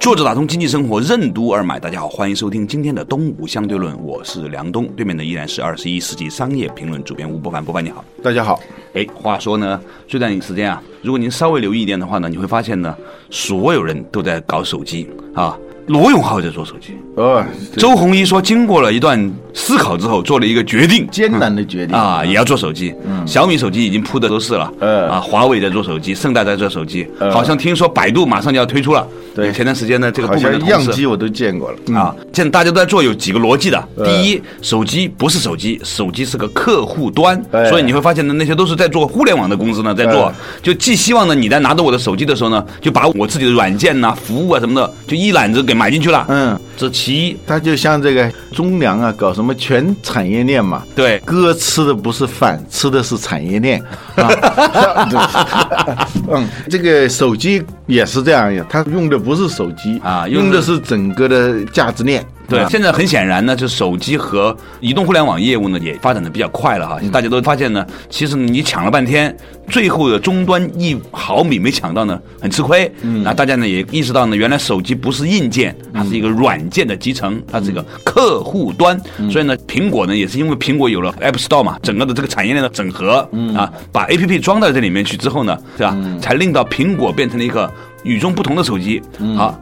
作者打通经济生活任督二脉，大家好，欢迎收听今天的《东吴相对论》，我是梁东，对面的依然是二十一世纪商业评论主编吴伯凡，伯凡你好。大家好，哎，话说呢，这段时间啊，如果您稍微留意一点的话呢，你会发现呢，所有人都在搞手机啊。罗永浩在做手机，呃，这周鸿祎说经过了一段思考之后，做了一个决定，艰难的决定啊，也要做手机。小米手机已经铺的都是了，嗯啊，华为在做手机，盛大在做手机，嗯好像听说百度马上就要推出了。对前段时间呢，这个好部门的像同样事机我都见过了。啊，现在大家都在做有几个逻辑的。嗯第一，手机不是手机，手机是个客户端，哎所以你会发现呢，那些都是在做互联网的公司呢，在做嗯，就既希望呢你在拿到我的手机的时候呢，就把我自己的软件呐、服务啊什么的，就一揽子给买进去了。嗯，这其一，它就像这个中粮啊，搞什么全产业链嘛。对，哥吃的不是饭，吃的是产业链。啊 嗯，这个手机也是这样呀，它用的不是手机啊用用的的是整个的价值链。对，啊现在很显然呢，就手机和移动互联网业务呢也发展的比较快了哈。大家都发现呢，其实你抢了半天，最后的终端一毫米没抢到呢，很吃亏。那大家呢也意识到呢，原来手机不是硬件，它是一个软件的集成，它是一个客户端。所以呢，苹果呢也是因为苹果有了 App Store 嘛，整个的这个产业链的整合啊，把 APP 装到这里面去之后呢，是吧，才令到苹果变成了一个与众不同的手机。好。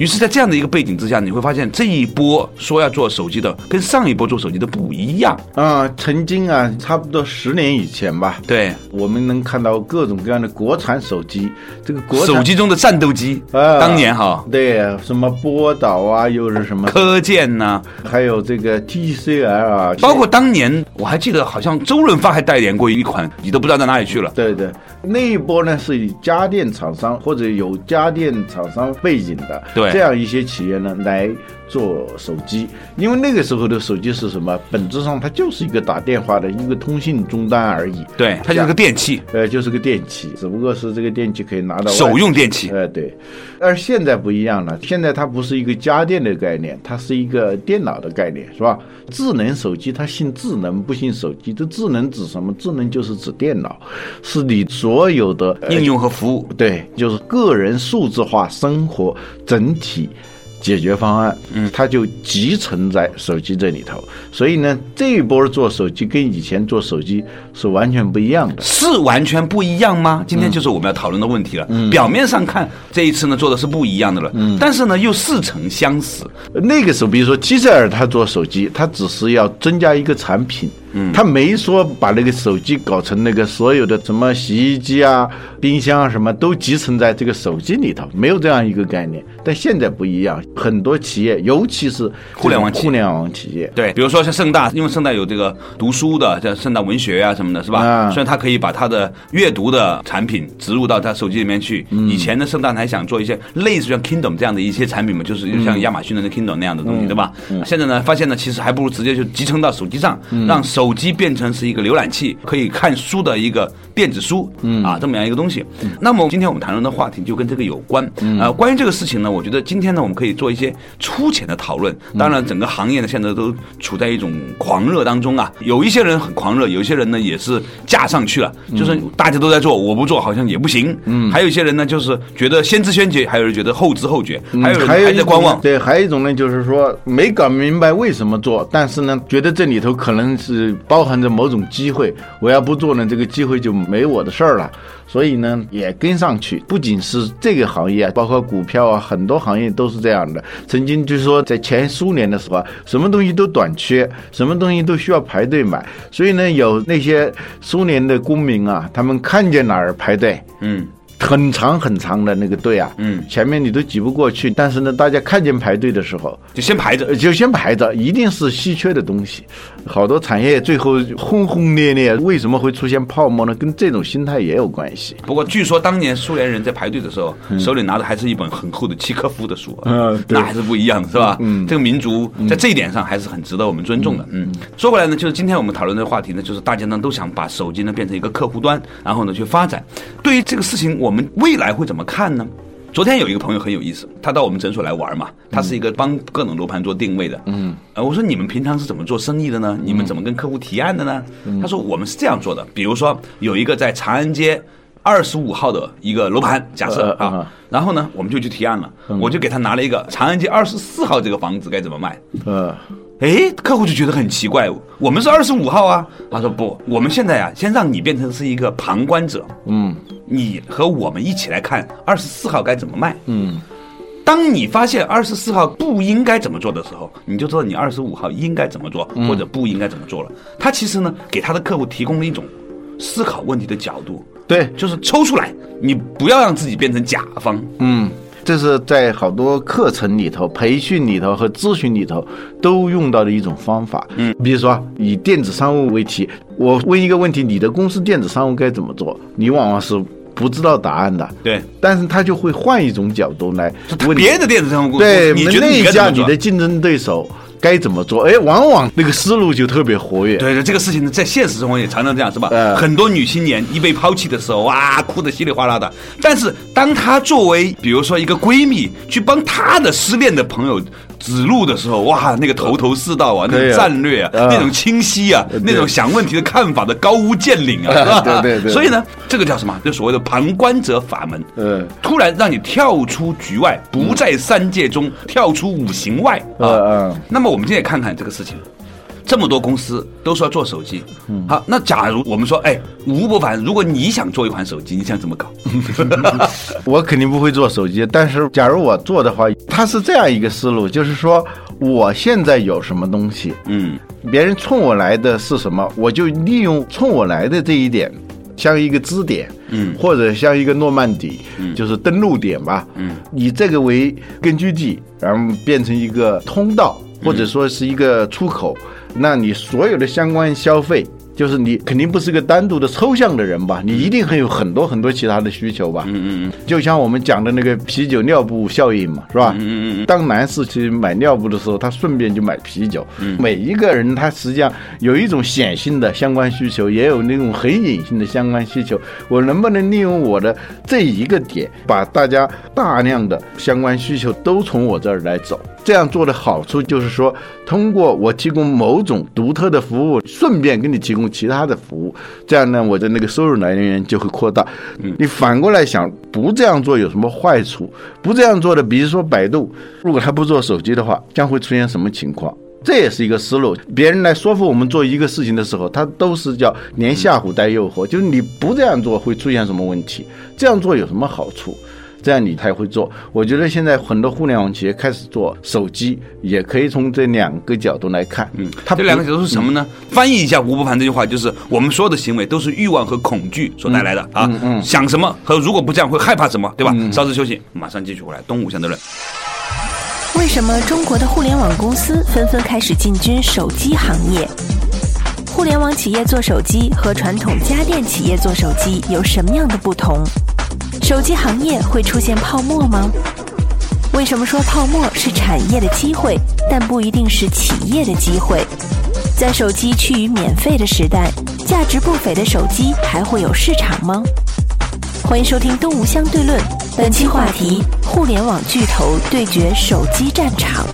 于是，在这样的一个背景之下，你会发现这一波说要做手机的，跟上一波做手机的不一样。啊、曾经啊，差不多十年以前吧，对，我们能看到各种各样的国产手机，这个国产手机中的战斗机，啊当年哈，对啊，什么波导啊，又是什么，科健呐、还有这个 TCL 啊，包括当年我还记得，好像周润发还代言过一款，你都不知道在哪里去了。对对，那一波呢是以家电厂商或者有家电厂商背景的，对这样一些企业呢来做手机，因为那个时候的手机是什么？本质上它就是一个打电话的一个通信终端而已，对，它就是个电器，呃，就是个电器，只不过是啊这个电器可以拿到外手用电器。呃，对，而现在不一样了，现在它不是一个家电的概念，它是一个电脑的概念，是吧？智能手机它信智能，不信手机。这智能指什么？智能就是指电脑，是你所有的、呃应用和服务，对，就是个人数字化生活整体解决方案，嗯，它就集成在手机这里头。所以呢，这一波做手机跟以前做手机是完全不一样的。是完全不一样吗？今嗯天就是我们要讨论的问题了。表面上看，这一次呢做的是不一样的了，嗯但是呢又似曾相识。那个时候，比如说基塞尔他做手机，他只是要增加一个产品，嗯，他没说把那个手机搞成那个所有的什么洗衣机啊、冰箱啊什么都集成在这个手机里头，没有这样一个概念。但现在不一样，很多企业，尤其是互联网企业互联网企业，对，比如说像盛大，因为盛大有这个读书的，像盛大文学啊什么的，是吧？啊所以他可以把他的阅读的产品植入到他手机里面去。以前呢，盛大还想做一些类似像 Kindle 这样的一些产品嘛，就是就像亚马逊的那 Kindle 那样的东西，对吧？现在呢，发现呢，其实还不如直接就集成到手机上，让手机变成是一个浏览器，可以看书的一个电子书，啊，这么样一个东西。那么今天我们谈论的话题就跟这个有关。嗯呃，关于这个事情呢，我觉得今天呢，我们可以做一些粗浅的讨论。当嗯然，整个行业呢现在都处在一种狂热当中啊，有一些人很狂热，有一些人呢也是架上去了，就是嗯大家都在做，我不做好像也不行。嗯，还有一些人呢就是觉得先知先觉，还有人觉得后知后觉，还有人嗯还有一还在种观望呢。对，还有一种呢，就是说没搞明白为什么做，但是呢，觉得这里头可能是包含着某种机会，我要不做呢，这个机会就没我的事儿了。所以呢，也跟上去。不仅是这个行业啊，包括股票啊，很多行业都是这样的。曾经就是说，在前苏联的时候啊，什么东西都短缺，什么东西都需要排队买。所以呢，有那些苏联的公民啊，他们看见哪儿排队，嗯，很长很长的那个队啊，嗯前面你都挤不过去，但是呢，大家看见排队的时候，就先排着呃，就先排着，一定是稀缺的东西。好多产业最后轰轰烈烈，为什么会出现泡沫呢？跟这种心态也有关系。不过据说当年苏联人在排队的时候，手里拿的还是一本很厚的契诃夫的书啊，嗯对那还是不一样的，是吧？嗯，这个民族在这一点上还是很值得我们尊重的。嗯，说回来呢，就是今天我们讨论的话题呢，就是大家呢都想把手机呢变成一个客户端，然后呢去发展。对于这个事情，我们未来会怎么看呢？昨天有一个朋友很有意思，他到我们诊所来玩嘛，他是一个帮各种楼盘做定位的。嗯，呃，我说你们平常是怎么做生意的呢？你们怎么跟客户提案的呢？他说我们是这样做的，比如说有一个在长安街二十五号的一个楼盘，假设呃呃啊呃，然后呢我们就去提案了，我就给他拿了一个长安街二十四号这个房子该怎么卖，呃，哎，客户就觉得很奇怪，哦我们是二十五号啊。他说不，我们现在啊，先让你变成是一个旁观者，嗯，你和我们一起来看二十四号该怎么卖，嗯。当你发现二十四号不应该怎么做的时候，你就知道你二十五号应该怎么做，或者不应该怎么做了。他其实呢，给他的客户提供了一种思考问题的角度，对，就是抽出来，你不要让自己变成甲方。嗯，这是在好多课程里头、培训里头和咨询里头都用到的一种方法。嗯，比如说以电子商务为题，我问一个问题：你的公司电子商务该怎么做？你往往是不知道答案的。对，但是他就会换一种角度来问你别的电子商务公司，对，你觉得那你一该怎家么你做的？竞争对手该怎么做？哎，往往那个思路就特别活跃。对对，这个事情呢，在现实生活也常常这样，是吧？嗯很多女青年一被抛弃的时候，哇，哭得稀里哗啦的。但是当她作为，比如说一个闺蜜，去帮她的失恋的朋友指路的时候，哇，那个头头是道啊，那对啊种战略啊，嗯那种清晰啊，那种想问题的看法的高屋建瓴啊，是吧？ 对对对所以呢，这个叫什么？就所谓的旁观者法门。嗯突然让你跳出局外，不在三界中，跳出五行外啊嗯嗯。那么我们今天也看看这个事情。这么多公司都说要做手机，嗯好，那假如我们说，哎，吴伯凡，如果你想做一款手机，你想怎么搞？我肯定不会做手机，但是假如我做的话，他是这样一个思路，就是说我现在有什么东西，嗯，别人冲我来的是什么，我就利用冲我来的这一点，像一个支点，嗯或者像一个诺曼底，就是登陆点吧，嗯，以这个为根据地，然后变成一个通道，嗯或者说是一个出口，那你所有的相关消费。就是你肯定不是个单独的抽象的人吧，你嗯一定还有很多很多其他的需求吧。嗯嗯嗯，就像我们讲的那个啤酒尿布效应嘛，是吧？嗯嗯嗯。当男士去买尿布的时候，他顺便就买啤酒。嗯。每一个人他实际上有一种显性的相关需求，也有那种很隐性的相关需求。我能不能利用我的这一个点，把大家大量的相关需求都从我这儿来走？这样做的好处就是说，通过我提供某种独特的服务，顺便给你提供其他的服务，这样呢，我的那个收入来源就会扩大。你反过来想，不这样做有什么坏处？不这样做的，比如说百度，如果它不做手机的话，将会出现什么情况？这也是一个思路。别人来说服我们做一个事情的时候，他都是叫连吓唬带诱惑，就是你不这样做会出现什么问题？这样做有什么好处？这样你才会做。我觉得现在很多互联网企业开始做手机，也可以从这两个角度来看。嗯，它这不嗯两个角度是什么呢？翻译一下吴伯凡这句话，就是我们所有的行为都是欲望和恐惧所带来的啊。想什么和如果不这样会害怕什么，对吧？稍事休息，马上继续回来。东吴相对论。为什么中国的互联网公司纷纷开始进军手机行业？互联网企业做手机和传统家电企业做手机有什么样的不同？手机行业会出现泡沫吗？为什么说泡沫是产业的机会，但不一定是企业的机会？在手机趋于免费的时代，价值不菲的手机还会有市场吗？欢迎收听《东吴相对论》，本期话题：互联网巨头对决手机战场。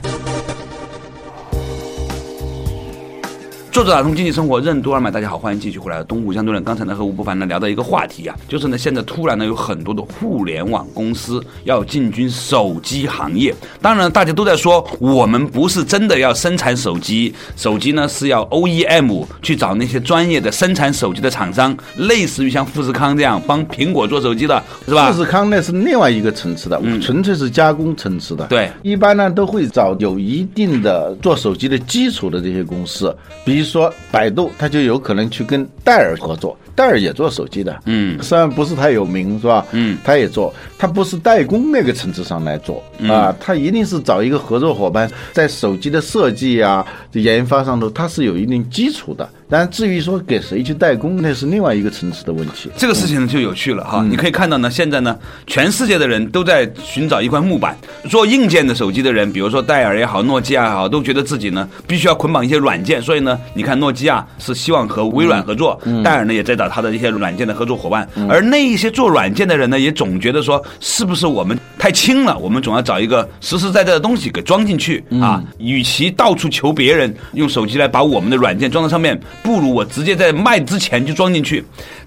作者打通经济生活任督二脉，大家好，欢迎继续回来。东吴相对论，刚才呢和吴不凡呢聊到一个话题啊，就是呢现在突然呢有很多的互联网公司要进军手机行业，当然大家都在说我们不是真的要生产手机，手机呢是要 OEM 去找那些专业的生产手机的厂商，类似于像富士康这样帮苹果做手机的，是吧？嗯富士康那是另外一个层次的，纯粹是加工层次的。对一般呢都会找有一定的做手机的基础的这些公司，比如说百度，它就有可能去跟戴尔合作，戴尔也做手机的，嗯虽然不是太有名，是吧？嗯它也做，它不是代工那个层次上来做、嗯啊，它一定是找一个合作伙伴，在手机的设计啊、研发上头，它是有一定基础的。但至于说给谁去代工，那是另外一个层次的问题。这个事情呢就有趣了哈，你可以看到呢，现在呢，全世界的人都在寻找一块木板。做硬件的手机的人，比如说戴尔也好，诺基亚也好，都觉得自己呢必须要捆绑一些软件。所以呢，你看诺基亚是希望和微软合作，戴尔呢也在找他的一些软件的合作伙伴。而那一些做软件的人呢，也总觉得说，是不是我们太轻了？我们总要找一个实实在在的东西给装进去啊。与其到处求别人用手机来把我们的软件装到上面，不如我直接在卖之前就装进去。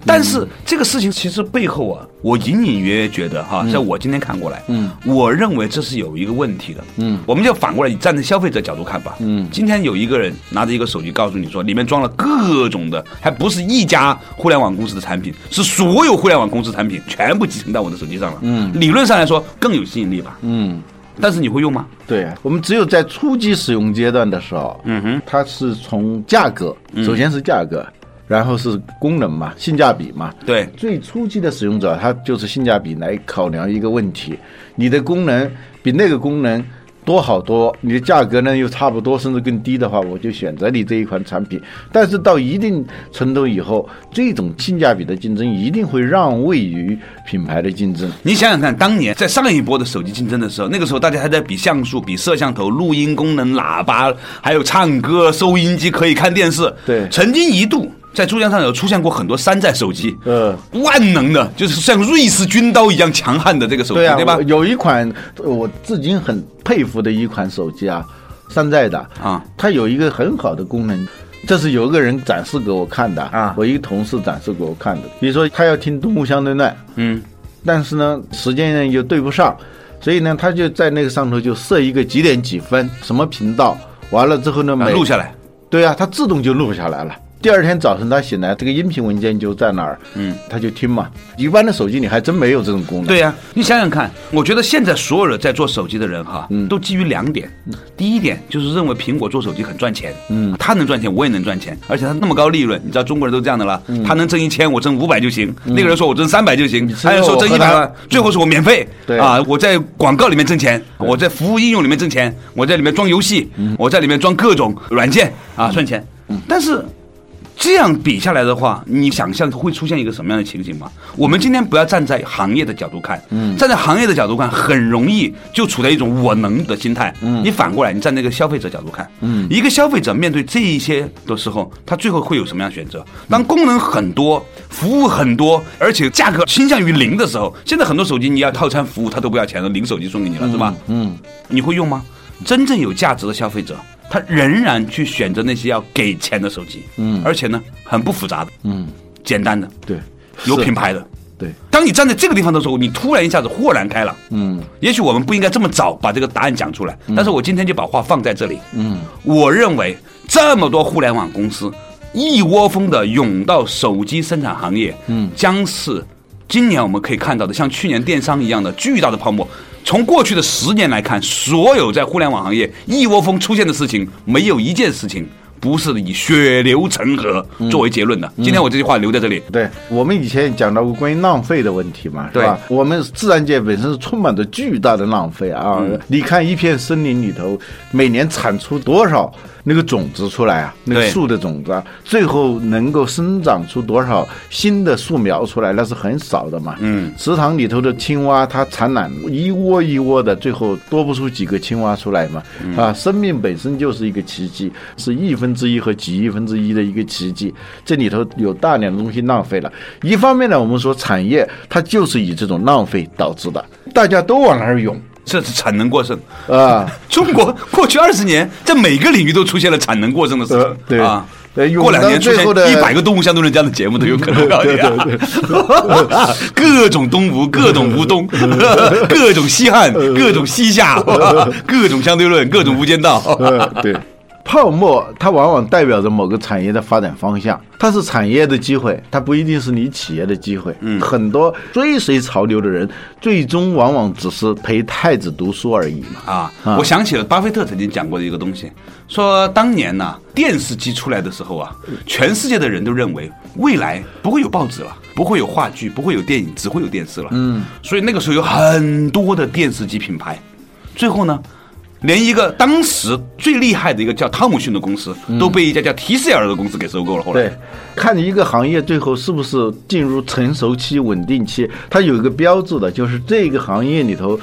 但是这个事情其实背后啊，我隐隐约约觉得哈，在我今天看过来，嗯，我认为这是有一个问题的，嗯，我们就反过来站在消费者角度看吧，嗯，今天有一个人拿着一个手机告诉你说，里面装了各种的，还不是一家互联网公司的产品，是所有互联网公司产品全部集成到我的手机上了，嗯，理论上来说更有吸引力吧，嗯，但是你会用吗？对啊，我们只有在初级使用阶段的时候，嗯哼，嗯它是从价格，首先是价格，然后是功能嘛，性价比嘛。对最初级的使用者，他就是性价比来考量一个问题，你的功能比那个功能。多好多，你的价格呢又差不多，甚至更低的话，我就选择你这一款产品。但是到一定程度以后，这种性价比的竞争一定会让位于品牌的竞争。你想想看，当年在上一波的手机竞争的时候，那个时候大家还在比像素、比摄像头、录音功能、喇叭，还有唱歌、收音机可以看电视。对曾经一度在珠江上有出现过很多山寨手机，嗯万能的，就是像瑞士军刀一样强悍的这个手机，对啊，吧我？有一款呃我至今很佩服的一款手机啊，山寨的啊，它有一个很好的功能。这是有一个人展示给我看的啊我一个同事展示给我看的。比如说他要听《东吴相对论》，嗯，但是呢时间呢又对不上，所以呢他就在那个上头就设一个几点几分什么频道，完了之后呢啊每录下来。对啊，它自动就录下来了。第二天早晨他醒来，这个音频文件就在那儿，嗯，他就听嘛。一般的手机里还真没有这种功能。对呀、啊你想想看，我觉得现在所有人在做手机的人哈，嗯都基于两点。第一点就是认为苹果做手机很赚钱，嗯，他能赚钱，我也能赚钱，而且他那么高利润，你知道中国人都这样的了，嗯他能挣一千，我挣五百就行；那个人说我挣三百就行，吃还有人说肉挣一我百和万，最后是我免费，对啊，我在广告里面挣钱，我在服务应用里面挣钱，我在里面装游戏，嗯我在里面装各种软件啊赚钱，但是。这样比下来的话，你想象会出现一个什么样的情形吗？我们今天不要站在行业的角度看，站在行业的角度看，很容易就处在一种我能的心态。你反过来，你站在一个消费者角度看，一个消费者面对这一些的时候，他最后会有什么样的选择？当功能很多、服务很多，而且价格倾向于零的时候，现在很多手机你要套餐服务，它都不要钱了，零手机送给你了，是吧？嗯，你会用吗？真正有价值的消费者，他仍然去选择那些要给钱的手机，嗯，而且呢，很不复杂的，嗯，简单的，对，有是品牌的。对，当你站在这个地方的时候，你突然一下子豁然开朗。嗯，也许我们不应该这么早把这个答案讲出来，但是我今天就把话放在这里。嗯，我认为这么多互联网公司一窝蜂的涌到手机生产行业，嗯，将是今年我们可以看到的像去年电商一样的巨大的泡沫。从过去的十年来看，所有在互联网行业一窝蜂出现的事情，没有一件事情不是以血流成河作为结论的。今天我这句话留在这里。对我们以前也讲到过关于浪费的问题嘛，是吧？我们自然界本身是充满着巨大的浪费啊！你看一片森林里头，每年产出多少那个种子出来啊？那个对树的种子啊，最后能够生长出多少新的树苗出来，那是很少的嘛。嗯，池塘里头的青蛙，它产卵一窝一窝的，最后多不出几个青蛙出来嘛。嗯啊，生命本身就是一个奇迹，是亿分之一和几亿分之一的一个奇迹。这里头有大量的东西浪费了。一方面呢，我们说产业它就是以这种浪费导致的，大家都往那儿涌这是产能过剩。啊。 中国过去二十年，在每个领域都出现了产能过剩的事呃情。对啊呃涌过两年到出最现后的一百个动物相对论家的节目都有可 能表演、啊， 各种东吴，各种 吴东， 各种西汉，各种西夏，各种相对论，各种无间道。 呃，对。泡沫它往往代表着某个产业的发展方向，它是产业的机会，它不一定是你企业的机会。嗯，很多追随潮流的人，最终往往只是陪太子读书而已嘛。啊，我想起了巴菲特曾经讲过的一个东西，说当年呐，电视机出来的时候啊，全世界的人都认为未来不会有报纸了，不会有话剧，不会有电影，只会有电视了。嗯，所以那个时候有很多的电视机品牌，最后呢。连一个当时最厉害的一个叫汤姆逊的公司，都被一家叫提斯尔的公司给收购了。后来，嗯对，看一个行业最后是不是进入成熟期、稳定期，它有一个标志的，就是这个行业里头。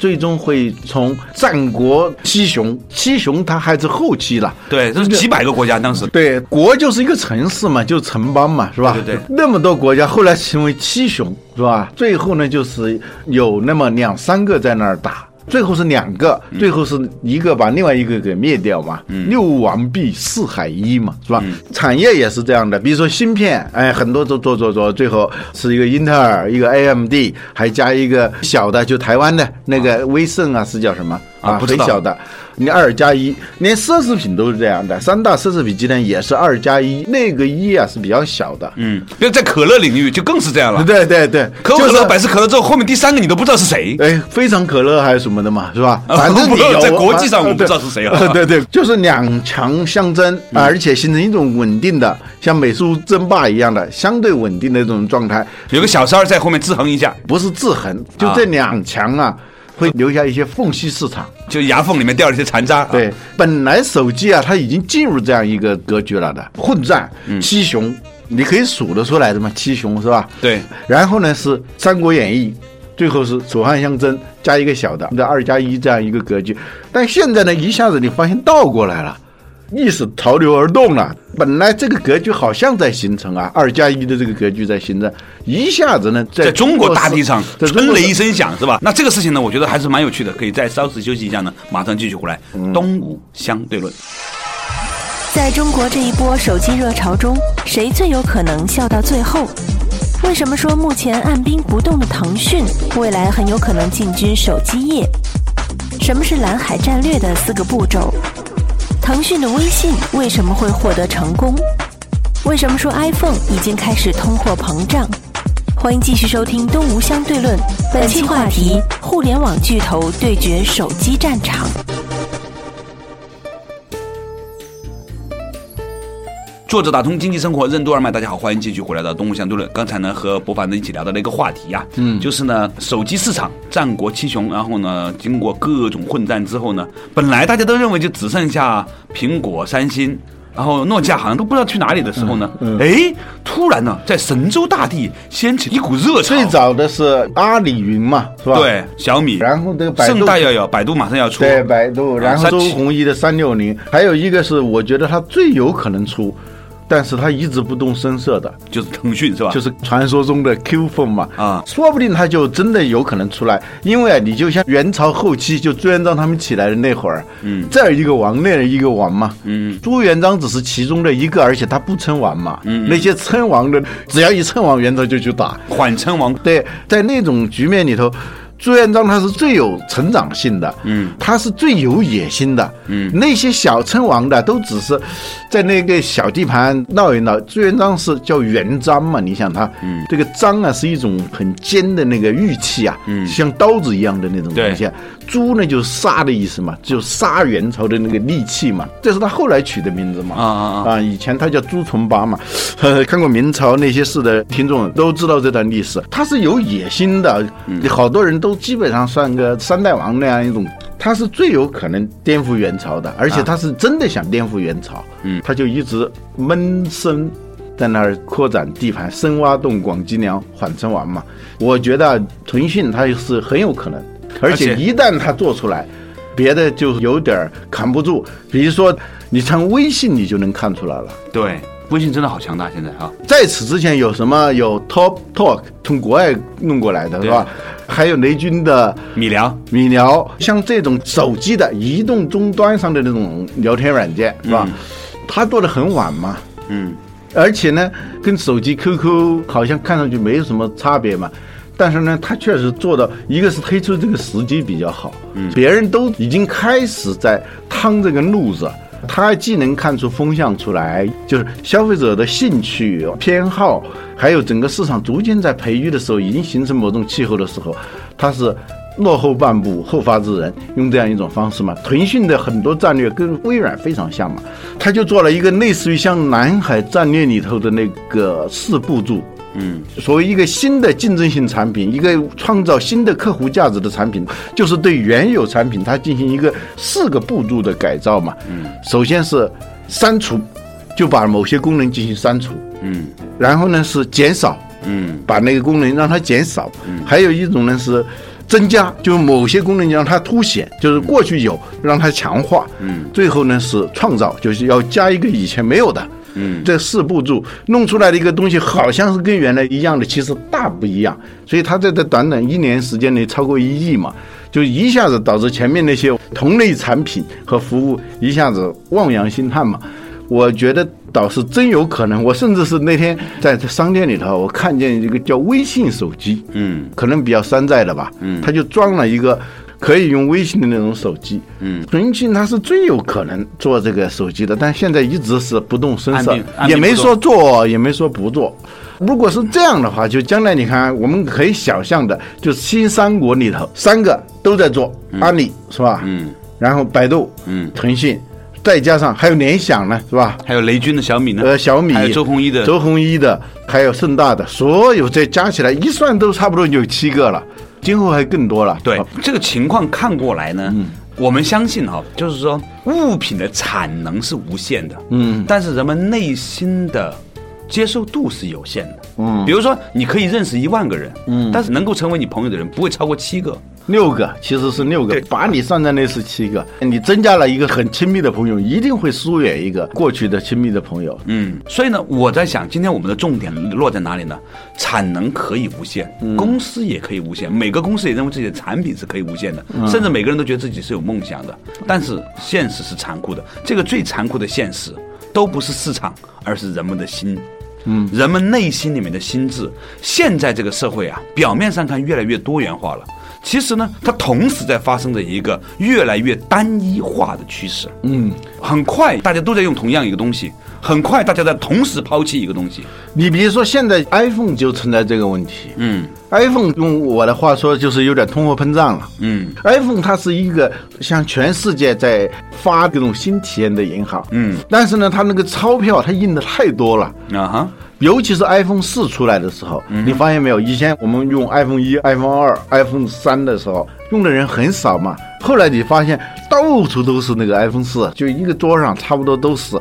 最终会从战国七雄，七雄它还是后期的，对，这是几百个国家当时对，国就是一个城市嘛，就是城邦嘛，是吧？对对对那么多国家后来成为七雄，是吧？最后呢，就是有那么两三个在那儿打。最后是两个，嗯最后是一个把另外一个给灭掉嘛，六王必四海一嘛，是吧？嗯产业也是这样的，比如说芯片，哎，很多都做做做，最后是一个英特尔，一个 AMD，还加一个小的，就台湾的那个威盛啊，是叫什么啊不知很道小的，你二加一，连奢侈品都是这样的，三大奢侈品集团也是二加一，那个一啊是比较小的，嗯，就在可乐领域就更是这样了。嗯对对对，可口就可是乐、百事可乐之后，后面第三个你都不知道是谁。哎，非常可乐还是什么的嘛，是吧？啊反正不你有在国际上啊我不知道对是谁啊对对，嗯就是两强相争，啊而且形成一种稳定的，像美苏争霸一样的相对稳定的一种状态，有个小三儿在后面制衡一下，不是制衡，就这两强啊。会留下一些缝隙市场，就牙缝里面掉了一些残渣、啊。对，本来手机啊，它已经进入这样一个格局了的嗯混战，七雄，你可以数得出来的嘛，七雄是吧？对，然后呢是《三国演义》，最后是楚汉相争加一个小的，的二加一这样一个格局。但现在呢，一下子你发现倒过来了。历史潮流而动了，本来这个格局好像在形成啊，二加一的这个格局在形成，一下子呢，在在中国大地上在中春国雷一声响，是吧？那这个事情呢，我觉得还是蛮有趣的，可以再稍事休息一下呢，马上继续回来。嗯东吴相对论，在中国这一波手机热潮中，谁最有可能笑到最后？为什么说目前按兵不动的腾讯，未来很有可能进军手机业？什么是蓝海战略的四个步骤？腾讯的微信为什么会获得成功？为什么说 iPhone 已经开始通货膨胀？欢迎继续收听《东吴相对论》，本期话题：互联网巨头对决手机战场。作者打通经济生活任督二脉，大家好，欢迎继续回来到东吴相对论。刚才呢和博凡呢一起聊到了一个话题啊，嗯，就是呢手机市场战国七雄，然后呢经过各种混战之后呢，本来大家都认为就只剩下苹果、三星。然后诺基亚好像都不知道去哪里的时候呢，嗯哎、突然呢，在神州大地掀起一股热潮。最早的是阿里云嘛，是吧？对，小米，然后这个百度盛大要有，百度马上要出，啊对，百度，然后三周七鸿祎的三六零，还有一个是我觉得它最有可能出，但是它一直不动声色的，就是腾讯是吧？就是传说中的 Q phone 嘛，啊说不定它就真的有可能出来，因为啊，你就像元朝后期就朱元璋他们起来的那会儿，嗯，这儿一个王，那儿一个王嘛，嗯，朱元璋只是其中的一个，而且他不称王嘛，嗯，那些称王的，只要一称王，元朝就去打，缓称王，对，在那种局面里头，朱元璋他是最有成长性的，嗯，他是最有野心的，嗯，那些小称王的都只是在那个小地盘闹一闹。朱元璋是叫元璋嘛，你想他，嗯，这个璋啊是一种很尖的那个玉器啊，嗯，像刀子一样的那种对东西啊。朱呢就是杀的意思嘛，就杀元朝的那个利器嘛，这是他后来取的名字嘛，啊啊啊啊，以前它叫朱重八嘛， 呃，看过明朝那些事的听众都知道这段历史，他是有野心的，好多人都基本上算个三代王那样一种，他是最有可能颠覆元朝的，而且他是真的想颠覆元朝，嗯，他就一直闷声。在那儿扩展地盘，深挖洞，广积粮，缓称王嘛。我觉得啊腾讯它是很有可能，而而且且一旦它做出来，别的就有点儿扛不住。比如说，你从微信你就能看出来了。对，微信真的好强大，现在啊，在此之前有什么有 Top Talk 从国外弄过来的是吧？还有雷军的米聊，米聊，像这种手机的移动终端上的那种聊天软件是吧？它做的很晚嘛，嗯，而且呢，跟手机 QQ 好像看上去没有什么差别嘛。但是呢，它确实做到，一个是推出这个时机比较好，别人都已经开始在趟这个路子，它既能看出风向出来，就是消费者的兴趣偏好，还有整个市场逐渐在培育的时候，已经形成某种气候的时候，它是。落后半步，后发制人，用这样一种方式嘛。腾讯的很多战略跟微软非常像嘛，他就做了一个类似于像南海战略里头的那个四步骤，嗯，所谓一个新的竞争性产品，一个创造新的客户价值的产品，就是对原有产品它进行一个四个步骤的改造嘛。嗯，首先是删除，就把某些功能进行删除。嗯，然后呢是减少，嗯，把那个功能让它减少。还有一种呢是增加，就是某些功能让它凸显，就是过去有让它强化。嗯，最后呢是创造，就是要加一个以前没有的。嗯，这四步骤弄出来的一个东西，好像是跟原来一样的，其实大不一样。所以它在这短短一年时间内超过一亿嘛，就一下子导致前面那些同类产品和服务一下子望洋兴叹嘛。我觉得倒是真有可能。我甚至是那天在商店里头，我看见一个叫微信手机，嗯，可能比较山寨的吧，嗯，它就装了一个可以用微信的那种手机，嗯，腾讯它是最有可能做这个手机的，但现在一直是不动声色按兵，按也兵不没说做，也没说不做。如果是这样的话，就将来你看，我们可以想象的，就是新三国里头三个都在做，阿里是吧？嗯，然后百度，嗯腾讯，再加上还有联想呢，是吧？还有雷军的小米 呢，呃，小米，还有周鸿祎的周鸿祎的，还有盛大的，所有这加起来一算都差不多有七个了，今后还更多了。对好这个情况看过来呢，嗯我们相信哈，就是说物品的产能是无限的，嗯但是人们内心的接受度是有限的，嗯，比如说你可以认识一万个人，嗯，但是能够成为你朋友的人不会超过七个，六个其实是六个对，把你算在内是七个，你增加了一个很亲密的朋友，一定会疏远一个过去的亲密的朋友。嗯，所以呢，我在想，今天我们的重点落在哪里呢？产能可以无限，公司也可以无限，每个公司也认为自己的产品是可以无限的，甚至每个人都觉得自己是有梦想的。但是现实是残酷的，这个最残酷的现实，都不是市场，而是人们的心。嗯，人们内心里面的心智，现在这个社会啊，表面上看越来越多元化了，其实呢，它同时在发生着一个越来越单一化的趋势。嗯，很快大家都在用同样一个东西，很快大家在同时抛弃一个东西。你比如说现在 iPhone 就存在这个问题，嗯 iPhone 用我的话说就是有点通货膨胀了。嗯 iPhone 它是一个向全世界在发这种新体验的银行，嗯但是呢，它那个钞票它印的太多了，啊哈，尤其是 iPhone 四出来的时候，你发现没有？以前我们用 iPhone 一、iPhone 二、iPhone 三的时候，用的人很少嘛。后来你发现到处都是那个 iPhone 四，就一个桌上差不多都是，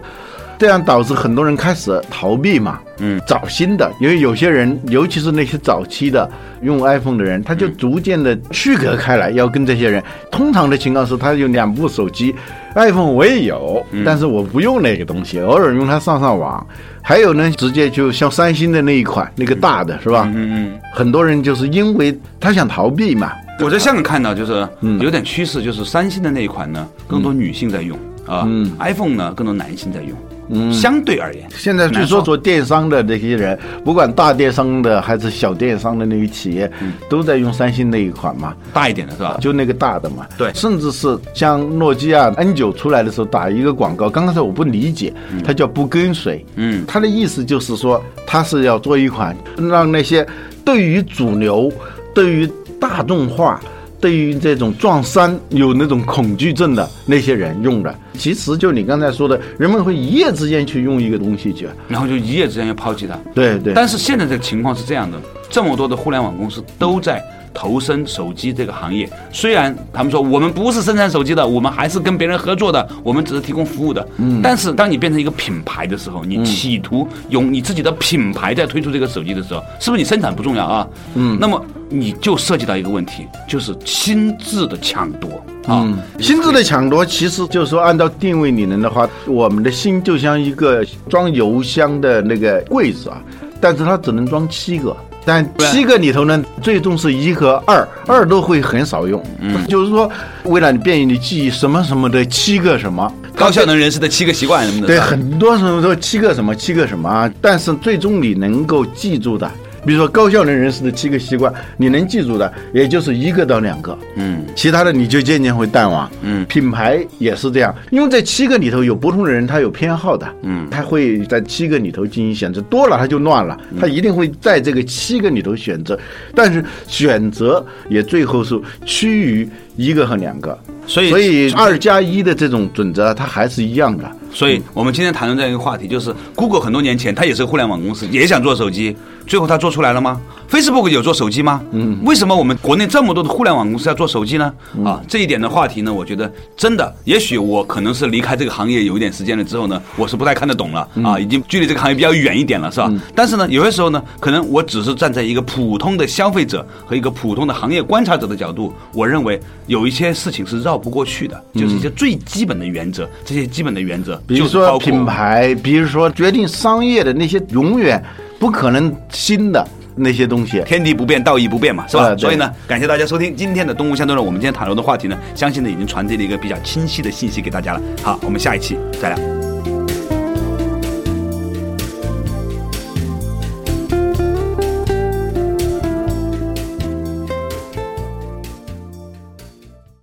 这样导致很多人开始逃避嘛。嗯，找新的，因为有些人，尤其是那些早期的用 iPhone 的人，他就逐渐的区隔开来，要跟这些人。通常的情况是，他有两部手机，iPhone 我也有，嗯但是我不用那个东西，偶尔用它上上网。还有呢，直接就像三星的那一款，那个大的是吧？嗯嗯。很多人就是因为他想逃避嘛，我在香港看到就是有点趋势，就是三星的那一款呢，更多女性在用啊、i p h o n e 呢更多男性在用。嗯相对而言，现在据难说说做电商的这些人，不管大电商的还是小电商的那个企业，嗯都在用三星那一款嘛，大一点的是吧？就那个大的嘛。对甚至是像诺基亚 N 九出来的时候打一个广告，刚开始我不理解，它叫不跟随。嗯它的意思就是说，它是要做一款让那些对于主流、对于大众化、对于这种撞衫有那种恐惧症的那些人用的。其实就你刚才说的，人们会一夜之间去用一个东西去。然后就一夜之间要抛弃它。对对，但是现在这个情况是这样的，这么多的互联网公司都在投身手机这个行业。虽然他们说我们不是生产手机的，我们还是跟别人合作的，我们只是提供服务的。嗯，但是当你变成一个品牌的时候，你企图用你自己的品牌在推出这个手机的时候，是不是你生产不重要啊？嗯，那么你就涉及到一个问题，就是心智的抢夺啊。嗯心智的抢夺，其实就是说，按照定位理论的话，我们的心就像一个装油箱的那个柜子啊，但是它只能装七个。但七个里头呢，最终是一和二，二都会很少用。嗯，就是说，为了便于你记忆什么什么的七个什么，高效能人士的七个习惯什么的，对是吧很多什么说七个什么七个什么啊，但是最终你能够记住的比如说高效能人士的七个习惯，你能记住的也就是一个到两个，嗯，其他的你就渐渐会淡忘。嗯品牌也是这样，因为在七个里头有不同的人，他有偏好的，嗯他会在七个里头进行选择，多了他就乱了，嗯他一定会在这个七个里头选择，但是选择也最后是趋于一个和两个，所以所以二加一的这种准则，它还是一样的。所以我们今天谈论这样一个话题，就是 Google 很多年前它也是互联网公司，也想做手机，最后它做出来了吗？Facebook 有做手机吗？嗯，为什么我们国内这么多的互联网公司要做手机呢？啊，这一点的话题呢，我觉得真的，也许我可能是离开这个行业有一点时间了之后呢，我是不太看得懂了啊，已经距离这个行业比较远一点了，是嗯吧？但是呢，有些时候呢，可能我只是站在一个普通的消费者和一个普通的行业观察者的角度，我认为有一些事情是绕不过去的，就是一些最基本的原则，这些基本的原则。嗯比如就是说包括品，牌，比如说决定商业的那些永远不可能新的那些东西。天地不变，道义不变嘛，是吧？啊对所以呢，感谢大家收听今天的《东吴相对论》，我们今天讨论的话题呢，相信呢已经传递了一个比较清晰的信息给大家了。好，我们下一期再聊。